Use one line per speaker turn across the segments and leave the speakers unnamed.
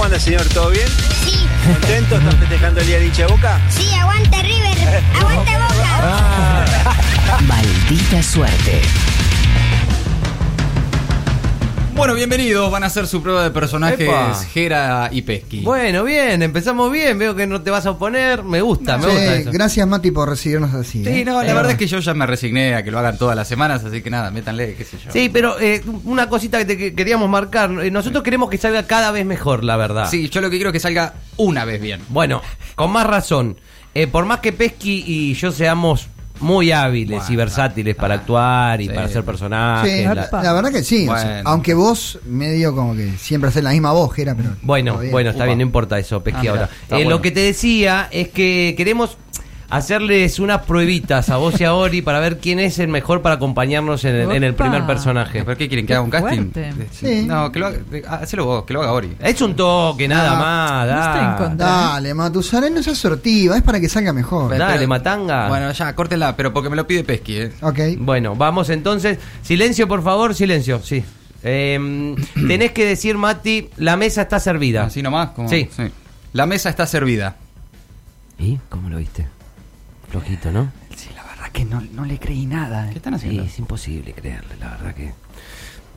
onda, señor? ¿Todo bien?
Sí,
¿Contento? ¿Estás festejando el día de hincha de boca?
sí, aguante River, aguante Boca.
Maldita suerte.
Bueno, bienvenidos. Van a hacer su prueba de personajes
Epa.
Gera y Pesky.
Bueno, bien, empezamos bien. Veo que no te vas a oponer. Me gusta, me
Che,
gusta eso.
gracias Mati por recibirnos así.
Sí,
¿eh?
no, la verdad es que yo ya me resigné a que lo hagan todas las semanas, así que nada, métanle, qué sé yo.
Sí, pero eh, una cosita que te que- queríamos marcar. eh, Nosotros queremos que salga cada vez mejor, la verdad.
Sí, yo lo que quiero es que salga una vez bien.
Bueno, con más razón. Eh, por más que Pesky y yo seamos muy hábiles
Bueno,
y versátiles para
ah,
actuar y
sí.
para hacer
Sí,
personajes.
la,
la-
la verdad que sí. o sea,
Bueno.
aunque vos medio como que siempre haces la misma voz, Gera, pero.
Bueno,
todo bien.
bueno, está
Upa.
bien, no importa eso,
Ah,
Pesqui
mirá,
ahora.
está
Eh,
bueno.
Lo que te decía es que queremos hacerles unas pruebitas a vos y a Ori para ver quién es el mejor para acompañarnos en, el- en el
Opa.
primer personaje.
¿Por qué quieren que haga un
Qué
casting? Eh,
fuerte.
Sí.
No, que lo haga, de- ah, hacelo vos, que lo haga Ori.
Es un toque, nada
No,
más.
no estoy en
da.
contra.
Dale, Matusaray no seas sortiva, es para que salga mejor.
Dale, matanga.
Bueno, ya, córtenla, pero porque me lo pide Pesky, ¿eh?
Ok.
Bueno, vamos entonces. Silencio, por favor, silencio, sí. Eh, tenés que decir, Mati, la mesa está servida.
Así nomás, como.
Sí.
La mesa está servida.
¿Y cómo lo viste? Flojito, ¿no?
Sí, la verdad que no, no le creí nada. ¿eh?
¿Qué están haciendo?
Sí, es imposible creerle, la verdad que.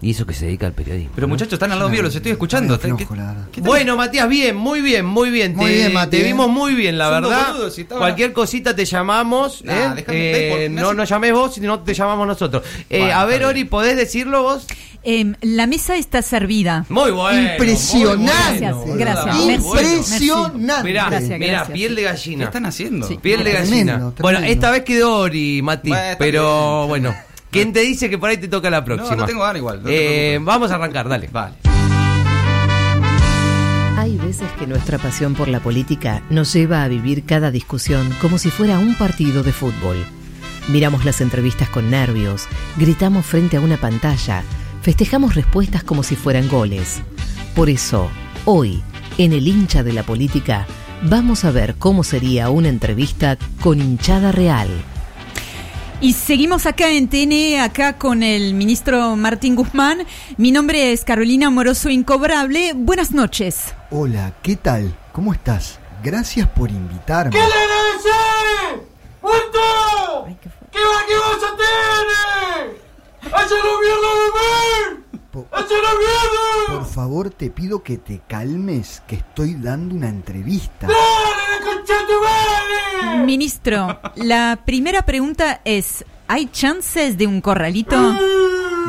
Y eso que se dedica al periodismo.
Pero
¿no?
muchachos, están al lado mío, los estoy escuchando.
Está bien
¿Qué-
flojo, la verdad.
qué tal?
Bueno, Matías, bien, muy bien, muy bien.
Muy
te,
bien, Mati,
te
¿eh?
vimos muy bien, la
Son dos
verdad.
boludos, si estaba-
Cualquier cosita te llamamos.
Nah,
¿eh?
dejame- ve, por-
Eh,
me
no
hace-
nos llamés vos, sino te llamamos nosotros. Eh,
Bueno,
a ver,
está
Ori,
bien.
¿podés decirlo vos?
Em, la mesa está servida.
Muy bueno.
Impresionante.
bueno, boludo. Gracias, merci,
Impresionante.
merci.
Mirá,
Gracias,
mirá,
gracias.
piel de
¿Qué
gallina.
están haciendo?
Sí.
Piel de gallina.
Tremendo,
Bueno,
tremendo.
esta vez quedó Ori, Mati.
Bueno, está
pero bueno, ¿quién te dice que por ahí te toca la próxima?
no tengo ganas igual, no te
Eh,
preocupes.
vamos a arrancar, dale. Vale.
Hay veces que nuestra pasión por la política nos lleva a vivir cada discusión como si fuera un partido de fútbol. Miramos las entrevistas con nervios, gritamos frente a una pantalla, festejamos respuestas como si fueran goles. Por eso, hoy, en el hincha de la política, vamos a ver cómo sería una entrevista con hinchada real.
Y seguimos acá en TN, acá con el ministro Martín Guzmán. Mi nombre es Carolina Moroso Incobrable. Buenas noches.
Hola, ¿qué tal? ¿Cómo estás? Gracias por invitarme. Po- Por favor, te pido que te calmes, que estoy dando una entrevista.
Ministro, la primera pregunta es, ¿hay chances de un corralito?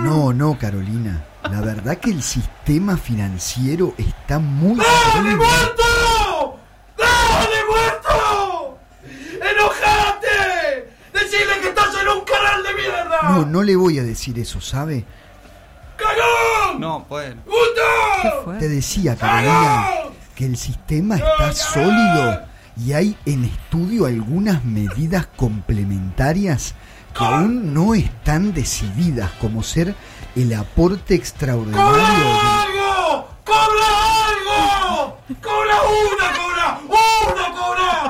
No, no, Carolina. La verdad que el sistema financiero está muy... ¡Dale, muerto! ¡Dale, muerto! ¡Enojate! ¡Decirle que estás en un canal de mierda! No, no le voy a decir eso, ¿sabe?
No, pues, bueno.
Qué fuerte.
Te decía, Carolina, que el sistema está sólido y hay en estudio algunas medidas complementarias que aún no están decididas, como ser el aporte extraordinario. del-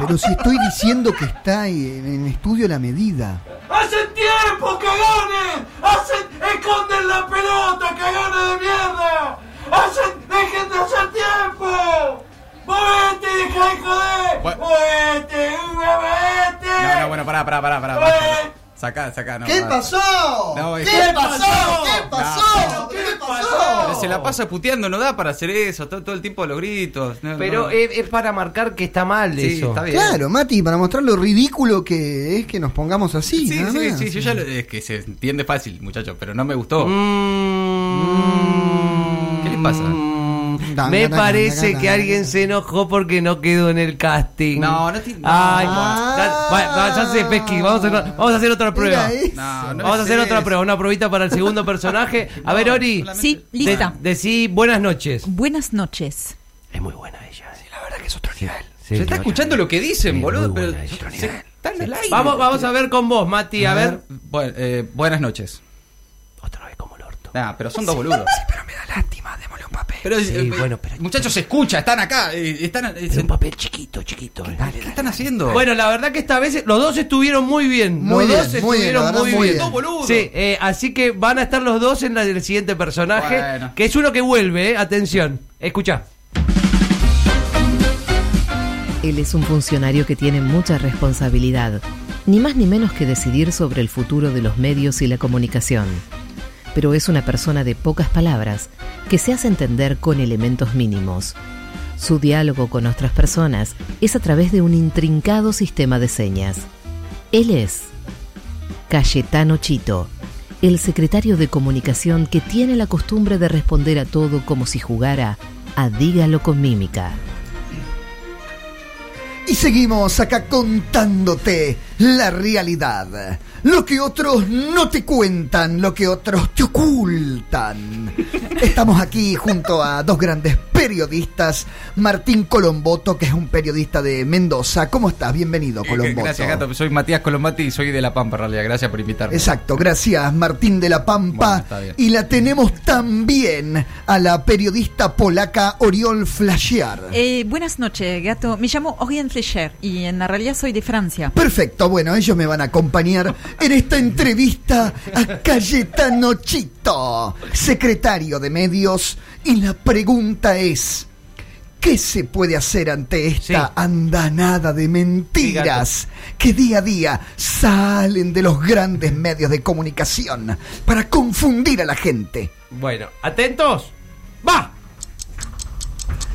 Pero si estoy diciendo que está en, en estudio la medida.
¡Hace tiempo, cagones! ¡Hacen... ¡Esconden la pelota, cagones de mierda! ¡Hacen... ¡Dejen de hacer tiempo! ¡Movete, deja de joder!
Bueno.
¡Movete, movete!
No, no, bueno, pará, pará, pará, pará.
Eh.
basta. Sacá, sacá, no. basta. No, es-
¿Qué
pasó?
¿Qué pasó?
Pero se la pasa puteando, no da para hacer eso, todo, todo el tiempo los gritos. no,
Pero eh,
no.
es, es para marcar que está mal
Sí,
eso.
está bien.
Claro, Mati, para mostrar lo ridículo que es que nos pongamos así.
Sí, sí,
nada
sí,
más.
sí, yo ya lo- es que se entiende fácil, muchachos, pero no me gustó.
Mm.
¿Qué les pasa?
Me parece que alguien se enojó porque no quedó en el casting.
No, no tiene-
Ay,
no.
ya- va- va- ya sé, Pesqui, vamos a, vamos a hacer otra prueba.
Era eso.
No, no
Vamos a
es
hacer otra
eso.
prueba, una probita para el segundo personaje. A ver, Ori,
solamente-
Sí,
de-
lista.
decí buenas noches.
Buenas noches.
Es muy buena ella. la verdad que es otro nivel.
Se está escuchando lo que dicen,
Sí,
boludo,
muy
pero
buena, es otro
se-
nivel.
están al aire.
Vamos, vamos a ver con vos, Mati, a ver.
Bueno, eh, buenas noches.
Otra vez como el orto.
Nah, pero son dos boludos.
Pero me da lástima, démosle un papel.
Pero,
sí,
eh,
bueno, pero.
muchachos, se escucha, están acá, eh, están, eh,
pero
se-
un papel chiquito, chiquito. eh, dale,
¿qué
dale.
están haciendo?
Bueno, la verdad que esta vez los dos estuvieron muy bien.
Muy
los dos
bien, muy bien,
estuvieron
la verdad,
muy
muy
bien.
bien. Dos
boludos.
Sí, eh, así que van a estar los dos en la del siguiente personaje,
Bueno.
que es uno que vuelve, eh, atención. Escucha.
él es un funcionario que tiene mucha responsabilidad, ni más ni menos que decidir sobre el futuro de los medios y la comunicación. Pero es una persona de pocas palabras que se hace entender con elementos mínimos. Su diálogo con otras personas es a través de un intrincado sistema de señas. Él es Cayetano Chito, el secretario de comunicación que tiene la costumbre de responder a todo como si jugara a dígalo con mímica.
Y seguimos acá contándote la realidad. Lo que otros no te cuentan, lo que otros te ocultan. Estamos aquí junto a dos grandes periodistas. Martín Colomboto, que es un periodista de Mendoza. ¿Cómo estás? Bienvenido,
Eh,
Colomboto.
Gracias, Gato. Soy Matías Colombati y soy de La Pampa, en realidad. Gracias por invitarme.
Exacto, gracias Martín de la
Bueno,
Pampa.
está bien.
y la tenemos también a la periodista polaca Oriol Flashear.
Eh, buenas noches, gato. Me llamo Orien Flecher y en la realidad soy de Francia.
Perfecto, bueno, ellos me van a acompañar en esta entrevista a Cayetano Chito, secretario de medios, y la pregunta es, ¿qué se puede hacer ante esta
Sí.
andanada de mentiras que día a día salen de los grandes medios de comunicación para confundir a la gente?
Bueno, atentos. ¡Va!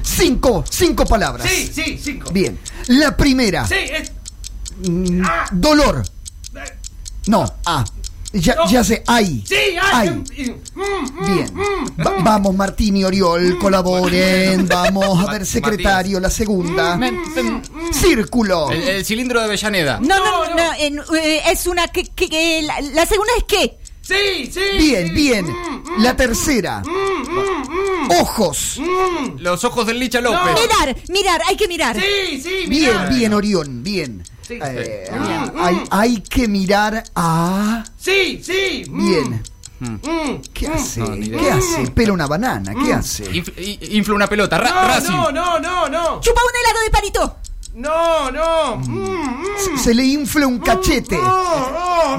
Cinco, cinco palabras.
Sí, sí, cinco.
Bien, la primera,
Sí, Ah. es-
mm, dolor. No, ah, ya, ya sé, ay.
sí, Mm,
Ay.
ay. mm.
Bien. Va- vamos, Martín y Oriol, colaboren. Vamos a ver, secretario, la
Mm,
segunda. Círculo.
El, el cilindro de Avellaneda.
No, no, no, no, eh, no, eh, es una que, que- que la, la segunda es qué.
Sí, sí.
Bien, bien.
Mm,
La tercera. Ojos.
Mm,
Los ojos del Licha López.
Mirar, mirar, hay que mirar.
Sí, sí,
Bien, bien, Orión, bien. Eh, ah,
Mm,
hay, hay que mirar a...
Sí, sí. Mm,
Bien. ¿Qué hace? ¿Qué hace? Pela una banana, ¿qué hace?
Inf- i- infla una pelota. Ra- Racing.
No, no, no, no.
Chupa un helado de palito.
No, no. Mm,
Se- Se le infla un cachete.
Eh,
No,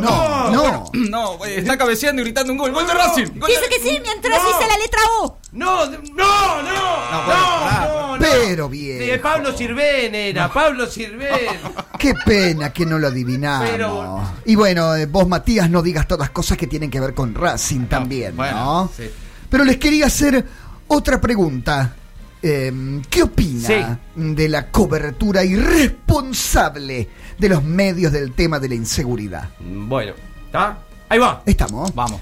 no.
No, eh, está cabeceando y gritando un gol. ¡Gol de Racing! ¡Gol de-
Dice que sí mientras dice la letra O.
No, no, no. No, no, no.
Pero
Eh,
bien.
Pablo Sirven era, Pablo Sirven.
Qué pena que no lo adivinamos.
Pero-
Y bueno, eh, vos Matías no digas todas las cosas que tienen que ver con Racing también,
bueno,
¿no?
sí.
Pero les quería hacer otra pregunta. Eh, ¿Qué opina
Sí.
de la cobertura irresponsable de los medios del tema de la inseguridad?
Bueno, ¿está? Ahí va.
Estamos.
Vamos.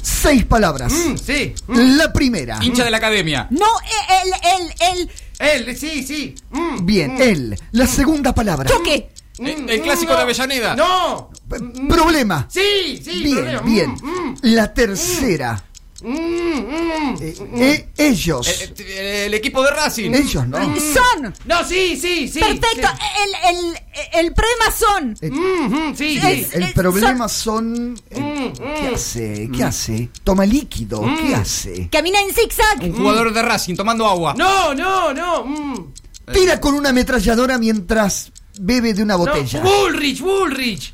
Seis palabras.
Mm, Sí.
La primera.
Hincha de la academia.
No, eh, el, el, el
Él, sí, sí. Mm.
Bien, él. La segunda palabra.
choque.
Mm.
El, Eh, el clásico de Avellaneda.
No.
P- Mm. Problema.
Sí, sí.
bien,
problema.
bien.
Mm,
La tercera.
mm, mm.
Eh, eh, ellos.
Eh, eh, el equipo de Racing.
ellos, ¿no?
Mm.
Son.
No, sí, sí, sí.
Perfecto.
sí.
El, el, el problema son.
Mm, mm, sí,
Es-
sí.
Eh, El
Eh,
problema son.
Mm,
eh, ¿Qué hace?
Mm.
¿Qué hace? Toma líquido. ¿Qué hace?
Camina en zigzag.
Un jugador de Racing tomando agua.
No, no, no. mm.
Tira con una ametralladora mientras bebe de una
No,
botella.
Bullrich, Bullrich.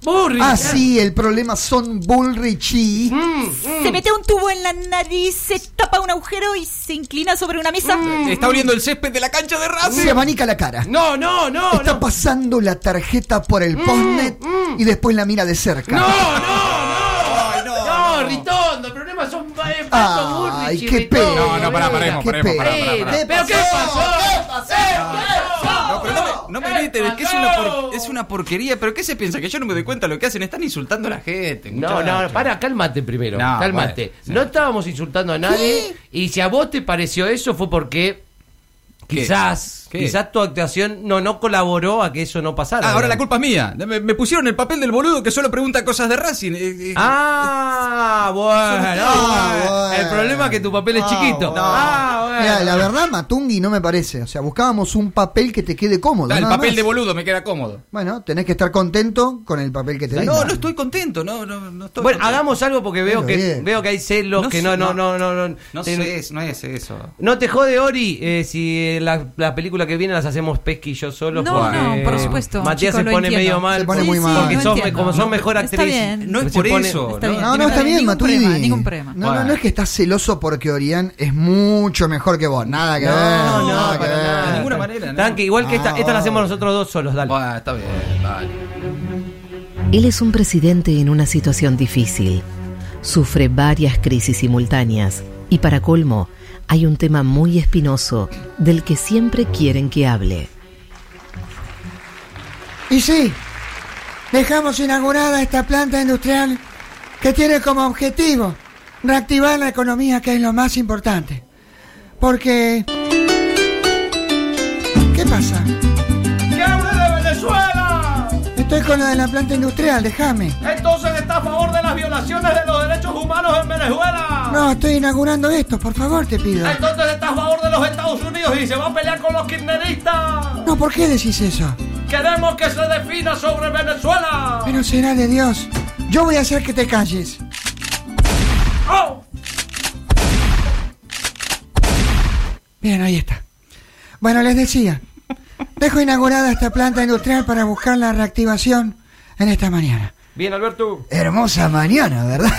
Bullrich.
Ah, sí, el problema son Bullrich y.
Mm.
Se mete un tubo en la nariz, se tapa un agujero y se inclina sobre una mesa.
Mm.
Está oliendo el césped de la cancha de Racing.
Se abanica la cara.
No, no, no,
Está
no.
pasando la tarjeta por el postnet y después la mira de cerca.
No, no, no.
Ay, no,
no,
no.
Ritondo, el problema son eh, Pato
Ay,
Bullrich. y
qué pena.
Ritondo,
No, no, pará, pará,
boludo.
paremos, paremos, pará, pará,
Eh,
pará.
¿Qué
¿Pero qué
pasó?
pasó?
No, pero no me, no me grites, es que es una, por- es una porquería. ¿Pero qué se piensa? Que yo no me doy cuenta de lo que hacen. Están insultando a la gente.
No, no,
muchachos.
no, para, cálmate primero.
No,
cálmate.
bueno, sí.
No estábamos insultando a nadie. Y si a vos te pareció eso, fue porque
¿Qué?
quizás,
¿Qué?
quizás tu actuación no, no colaboró a que eso no pasara.
Ah, ahora la
¿verdad?
culpa es mía. Me, me pusieron el papel del boludo que solo pregunta cosas de Racing. Eh, eh,
Ah, bueno.
Ah,
El
bueno.
problema es que tu papel es
Ah,
chiquito.
bueno.
Ah, bueno.
Mirá, la verdad, Matungi no me parece. O sea, buscábamos un papel que te quede cómodo.
está, el
nada
papel
más.
de boludo me queda cómodo.
Bueno, tenés que estar contento con el papel que te
No,
vendan.
no estoy contento. No, no, no estoy
Bueno,
contento.
hagamos algo porque veo
Bueno,
que
bien.
veo que hay celos
No
que
sé,
no, no,
no.
no, no, no.
No,
Te-
sé, es- no es eso.
No te jode, Ori, eh, si eh, la, la película que viene las hacemos Pesky y yo solo.
No,
porque,
no, por
eh,
supuesto,
Matías
chico,
se
lo
pone
entiendo.
medio mal.
Se pone
por-
muy mal.
Porque
lo
sos, me-
entiendo.
como sos mejor
Está
actriz.
bien.
No es
se
por
pone-
eso.
Está
no,
bien.
No,
tiene
no, está
razón.
bien,
Ningún
Matuidi.
problema, ningún problema.
No, no, no es que estás celoso porque Orián es mucho mejor
mejor que vos. Nada que
No,
ver.
no,
nada que
para
ver.
nada.
De ninguna manera, ¿no?
Tranqui, igual que esta,
Ah,
esta la hacemos
obvio.
nosotros dos solos, dale.
Bueno, está bien, vale.
Él es un presidente en una situación difícil. Sufre varias crisis simultáneas. Y para colmo, hay un tema muy espinoso del que siempre quieren que hable.
Y sí, dejamos inaugurada esta planta industrial que tiene como objetivo reactivar la economía, que es lo más importante. Porque... ¿Qué pasa?
¡Que hable de Venezuela!
Estoy con lo de la planta industrial, déjame.
Entonces está a favor de las violaciones de los derechos humanos en Venezuela.
No, estoy inaugurando esto, por favor, te pido.
Entonces está a favor de los Estados Unidos y se va a pelear con los kirchneristas.
No, ¿por qué decís eso?
Queremos que se defina sobre Venezuela.
Pero será de Dios. Yo voy a hacer que te calles.
¡Oh!
Bien, ahí está. Bueno, les decía, dejo inaugurada esta planta industrial para buscar la reactivación en esta mañana.
Bien, Alberto.
Hermosa mañana, ¿verdad?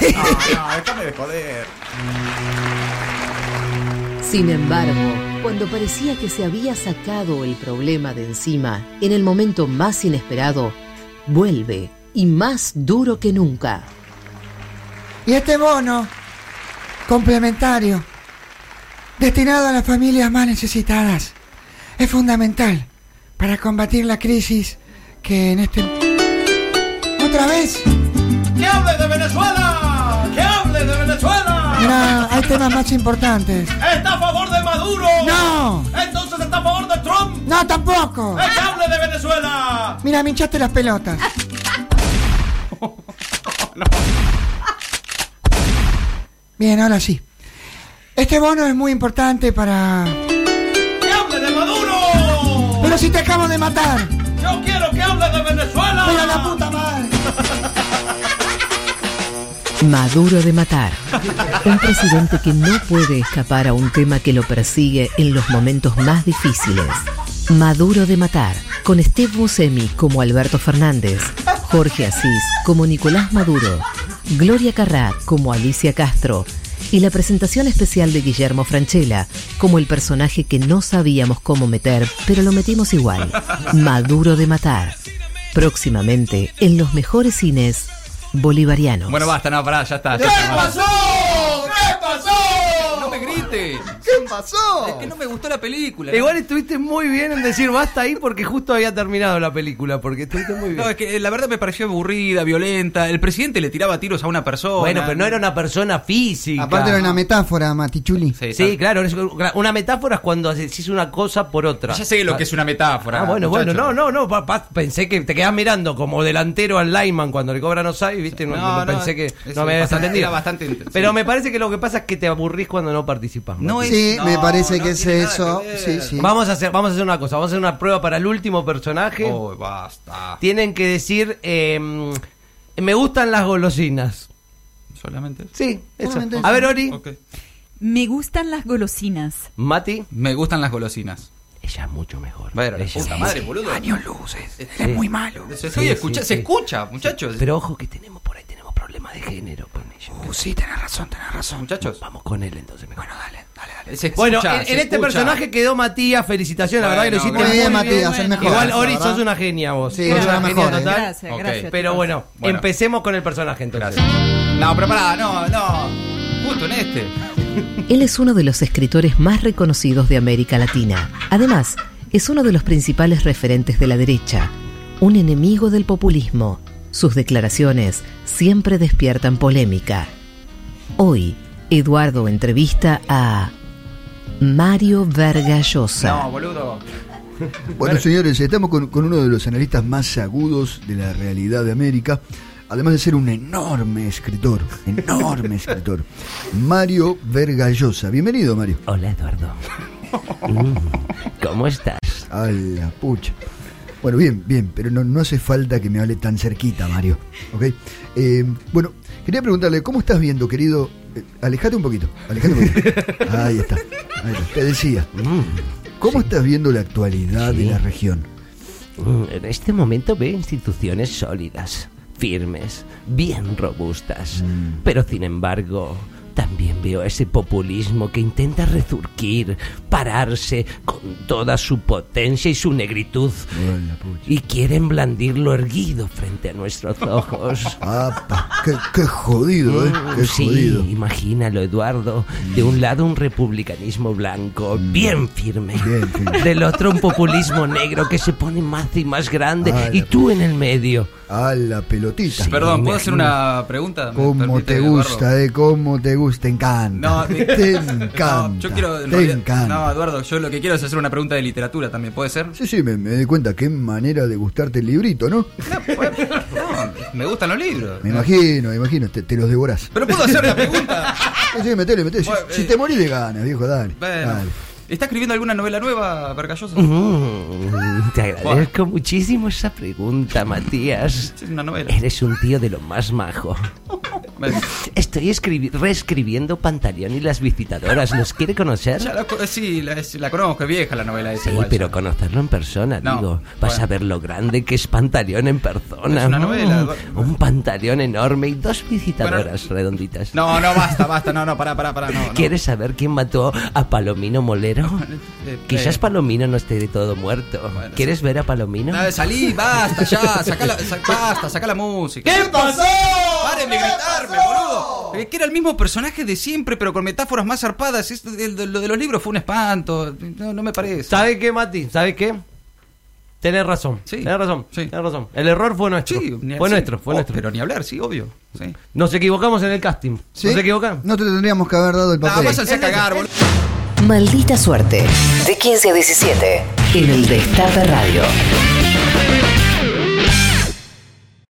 Sin embargo, cuando parecía que se había sacado el problema de encima, en el momento más inesperado, vuelve y más duro que nunca.
Y este bono complementario, destinado a las familias más necesitadas, es fundamental para combatir la crisis que en este... ¡Otra vez!
¡Que hable de Venezuela! ¡Que hable de Venezuela!
Mirá, hay temas más importantes.
¡Está a favor de Maduro!
¡No!
Entonces está a favor de Trump.
¡No, tampoco!
¡Eh, ¡Que hable de Venezuela!
Mira, me hinchaste las pelotas. Bien, ahora sí. Este bono es muy importante para...
¡Que hable de Maduro!
Pero si te acabo de matar.
¡Yo quiero que hable de Venezuela!
Pero la puta madre.
Maduro de matar. Un presidente que no puede escapar a un tema que lo persigue en los momentos más difíciles. Maduro de matar. Con Steve Buscemi como Alberto Fernández, Jorge Asís como Nicolás Maduro, Gloria Carrá como Alicia Castro y la presentación especial de Guillermo Franchella como el personaje que no sabíamos cómo meter, pero lo metimos igual. Maduro de matar. Próximamente en los mejores cines bolivarianos.
Bueno, basta, no, pará, ya está. ya
¿Qué
está, basta.
pasó?
Oh,
¿Qué pasó?
¡No me grite!
¿Qué pasó?
Es que no me gustó la película.
Igual estuviste muy bien en decir basta ahí porque justo había terminado la película, porque estuviste muy bien.
No, es que eh, la verdad me pareció aburrida, violenta. El presidente le tiraba tiros a una persona.
bueno, pero no era una persona física.
Aparte era una metáfora, Matichuli.
Sí,
Sí,
claro.
claro, es una- una metáfora es cuando decís una cosa por otra.
Ya sé lo que es una metáfora.
Ah, bueno, bueno,
muchacho.
no, no, no, pa- pa- pensé que te quedás mirando como delantero al lineman cuando le cobran offside, viste, no,
No,
no,
no,
pensé que
es
no me habías
bastante-
entendido.
era bastante intenso.
Pero me parece que lo que pasa es que te aburrís cuando no participás. Mati.
No es-
Sí, me
no,
parece
no
que es
tiene nada
eso.
que ver.
Sí, sí.
Vamos a hacer, vamos a hacer una cosa, vamos a hacer una prueba para el último personaje.
Oh, basta.
Tienen que decir eh, me gustan las golosinas.
Solamente.
Sí, eso.
Solamente
A
eso.
ver, Ori.
Ok.
Me gustan las golosinas.
Mati.
Me gustan las golosinas.
Ella es mucho mejor.
Bueno, la
Ella
puta
es-
madre, boludo.
Años luces.
Es
Sí.
muy malo. Se,
Sí,
escucha,
sí,
se
sí.
escucha, muchachos. Uh,
Pero ojo que tenemos por ahí tenemos problemas de género con ella.
sí, tenés razón, tenés razón, muchachos.
Vamos con él entonces. Bueno, dale, dale, dale.
Se escucha,
Bueno, en,
se
en este
escucha.
personaje quedó Matías, felicitaciones, la verdad que lo
Bueno,
hiciste
Muy bien,
muy bien.
Matías, el mejor.
Igual Ori
la verdad.
sos una genia vos.
Sí,
Sos
es
una
la
genia
mejor,
total.
¿eh?
Gracias,
Ok.
gracias.
Pero bueno,
Bueno.
empecemos con el personaje entonces.
Gracias. No, pero pará, no, no. Justo en este.
Él es uno de los escritores más reconocidos de América Latina. Además, es uno de los principales referentes de la derecha, un enemigo del populismo. Sus declaraciones siempre despiertan polémica. Hoy, Eduardo entrevista a Mario Vargallosa.
No, boludo.
Bueno, señores, estamos con, con uno de los analistas más agudos de la realidad de América, además de ser un enorme escritor, enorme escritor, Mario Vergallosa. Bienvenido, Mario.
Hola, Eduardo. Mm, ¿Cómo estás?
A la pucha. Bueno, bien, bien, pero no, no hace falta que me hable tan cerquita, Mario. ¿Ok? Eh, bueno, quería preguntarle, ¿cómo estás viendo, querido? Eh, alejate un poquito, alejate un poquito. Ahí está, ahí está. Te decía, ¿cómo estás viendo la actualidad de
Sí.
la región?
Mm, En este momento veo instituciones sólidas, firmes, bien robustas, pero sin embargo También veo ese populismo que intenta resurgir, pararse con toda su potencia y su negritud. Y quieren blandirlo erguido frente a nuestros ojos.
Qué, qué jodido, ¿eh?
Uh,
Qué
Mm, sí,
jodido.
imagínalo, Eduardo. De un lado un republicanismo blanco, bien firme. Del otro un populismo negro que se pone más y más grande.
Ah,
y
la
tú en el medio.
A la pelotita.
Perdón, ¿puedo hacer una pregunta? ¿Me
¿Cómo
permite,
te
Eduardo?
gusta, eh? ¿Cómo te gusta? Te encanta.
No, de-
te
no,
encanta.
yo quiero. en
Te
realidad-
encanta.
No, Eduardo, yo lo que quiero es hacer una pregunta de literatura también, ¿puede ser?
Sí, sí, me, me doy cuenta. Qué manera de gustarte el librito, ¿no?
Me gustan los libros.
Me imagino, me imagino. Te, te los devorás.
Pero puedo hacer la pregunta.
Sí, sí, metele, metele. Si,
Bueno,
si te morís de ganas, viejo, dale.
Bueno,
dale.
¿Está escribiendo alguna novela nueva, Vergallosa?
Mm, te agradezco muchísimo esa pregunta, Matías.
Es una novela.
Eh,
Eres un tío de lo más majo. Estoy escribi- reescribiendo Pantaleón y las visitadoras. ¿Los quiere conocer?
Ya la co- sí, la, es- la conozco, es vieja la novela esa.
Sí,
igual,
pero
ya.
conocerlo en persona,
No,
digo. Vas
bueno.
a ver lo grande que es Pantaleón en persona.
Es una
Mm,
novela, va-
Un pantaleón enorme y dos visitadoras redonditas.
No, no, basta, basta, no, no, pará, pará, pará. No, no.
¿Quieres saber quién mató a Palomino Molero?
Eh,
Quizás
eh,
Palomino no esté de todo muerto. ¿Quieres ver a Palomino?
no, salí, basta, ya, sacá la, sa- basta, sacá la música. ¿Qué pasó? Paren de gritarme, boludo. Eh, Que era el mismo personaje de siempre, pero con metáforas más zarpadas. Esto de- de- lo de los libros fue un espanto. No, no me parece.
¿Sabes qué, Mati? ¿Sabes qué? Tenés razón.
Sí.
Tenés razón.
Sí.
Tenés razón. El error fue nuestro.
Sí, ni-
fue
sí.
nuestro, fue
Oh,
nuestro.
Pero ni hablar, sí, obvio. Sí.
Nos equivocamos en el casting.
¿Sí?
Nos equivocamos.
No te tendríamos que haber dado el
Ah,
papel.
váyanse a cagar, boludo.
Maldita suerte. De 15 a 17. En el Destape Radio.